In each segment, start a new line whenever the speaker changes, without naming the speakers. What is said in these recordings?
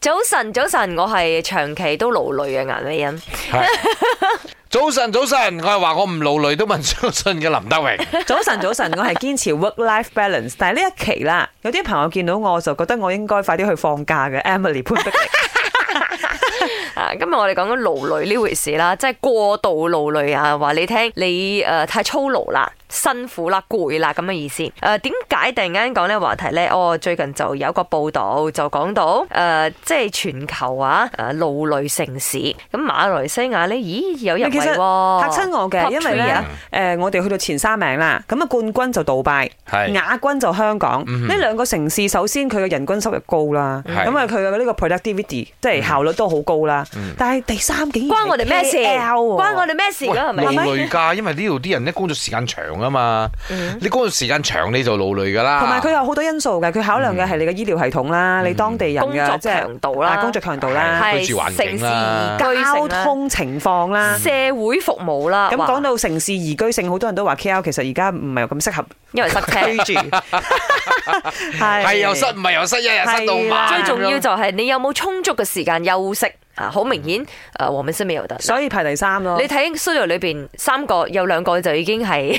早晨，早晨，我係長期都勞累嘅顏美欣。
早晨，早晨，我係話我唔勞累都問相信嘅林德榮。
早晨，早晨，我係堅持 work-life balance，但係呢一期啦，有啲朋友見到我就覺得我應該快啲去放假嘅。Emily 潘碧 玲，
啊，今日我哋講緊勞累呢回事啦，即係過度勞累啊，話你聽你诶、呃太操勞啦。辛苦啦、攰啦咁嘅意思。誒、點解突然間講呢個話題呢？哦，最近就有一個報道就講到誒、呃即係全球啊誒、呃、勞累城市。咁馬來西亞呢，咦有人
其實
為喎
嚇親我嘅，
Top
因為
three
咧
啊
誒我哋去到前三名啦，咁啊冠軍就杜拜，
係
亞軍就香港，
嗯哼
呢兩個城市首先佢嘅人均收入高啦，
係
咁啊佢嘅呢個 productivity 即係效率都好高啦
嗯，
但係第三竟
嗯
然
關我哋咩事？關我
關
哋咩事
喂，
㗎？係咪？
勞累㗎，因為呢度啲人咧工作時間長啊嘛，
嗯
你工作時間長你就勞累㗎啦。
同埋佢有好多因素嘅，佢考量嘅係你嘅醫療系統啦，
嗯
你當地人
啊工作
嘅即係
強度啦，
啊工作強度啦。
係
係
居住環境啦
城市居
交
城啦
通情況
嗯
啦。
社會服務啦。
嗯咁
啊哇
講到城市宜居性，好多人都話 KL 其實而家唔係咁適 合
因為塞 車。
居住，係
係又失，唔係又失，一日失到
係啦
晚。
最重要就係你有冇充足嘅時間休息啊！好明顯，誒黃敏思未有得。
嗯所以排第三咯。
你睇 studio 裏邊三個有兩個就已經 係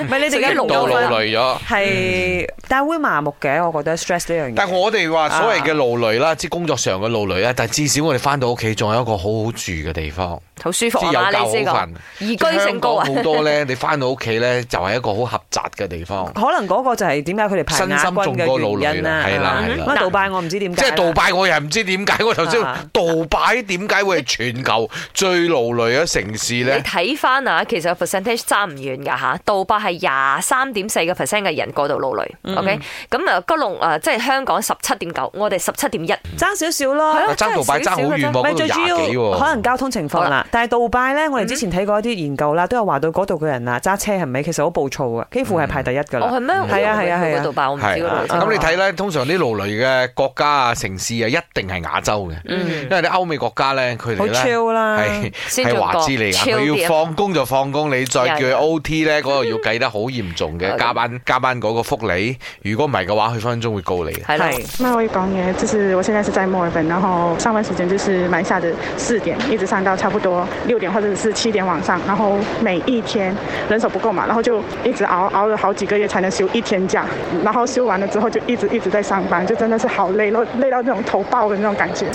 唔係你哋
食
嘅
一路
到
都
勞累咗。
係，但係會麻木嘅，我覺得 stress 呢樣嘢。
嗯但我哋話所謂嘅
啊
勞累啦，即係工作上嘅勞累啊啦，但係至少我哋翻到屋企仲有一個好好住嘅地方，
好舒服
即係
啊嘛！
有
你
覺
先
好
講
瞓。
宜居性高啊！
香港好多咧，你翻到屋企咧就係一個好狹窄嘅地方。
可能嗰個就係點解佢哋排
身心
亞軍
中過
嘅
勞
原
累
因
啦
啦。
係啦
係
係啦
嘛咁啊杜拜我唔知點解
即
啦。
係杜拜，我又唔知點解我頭先
啊
杜拜點解會係全球最勞累嘅城市
你
咧？
睇翻啊，其實 percentage 差唔遠㗎嚇，杜拜係廿三點四個 percent 嘅人過度勞累。OK，咁
嗯
啊，吉隆啊，即係香港十七點九，我哋十七點一。
爭少少咯
係。咯
啊爭杜拜爭好遠喎，嗰
咪
度
最
廿
主
幾
要可
喎。
能交通情況
好
啦，但係杜拜咧，我哋之前睇過一啲研究啦，都有話到嗰度嘅人啊揸車係咪其實好暴躁啊，幾乎
嗯
係排第一㗎
哦，係
啦。
咩？
係啊係啊係啊
嗰度吧，我唔知
係
嗰度。
啊
咁你睇咧，通常啲勞累嘅國家啊、城市啊，一定係亞洲嘅，因
嗯，
為啲歐美國家咧，佢
好
哋咧
chill 啦，
係
先
係
進
華
國
資嚟㗎，
超
佢
啲
要
啊
放工就放工，你再叫
係
佢
啊
O T 咧，嗰個 要計得好嚴重嘅，
係
加班加班嗰個福利，如果唔係嘅話，佢分分鐘會告你嘅。
係啦。
係
那我也讲耶，就是我现在是在墨尔本，然后上班时间就是蛮下的四点，一直上到差不多六点或者是七点晚上，然后每一天人手不够嘛，然后就一直熬熬了好几个月才能休一天假，然后休完了之后就一直一直在上班，就真的是好累，累累到那种头爆的那种感觉。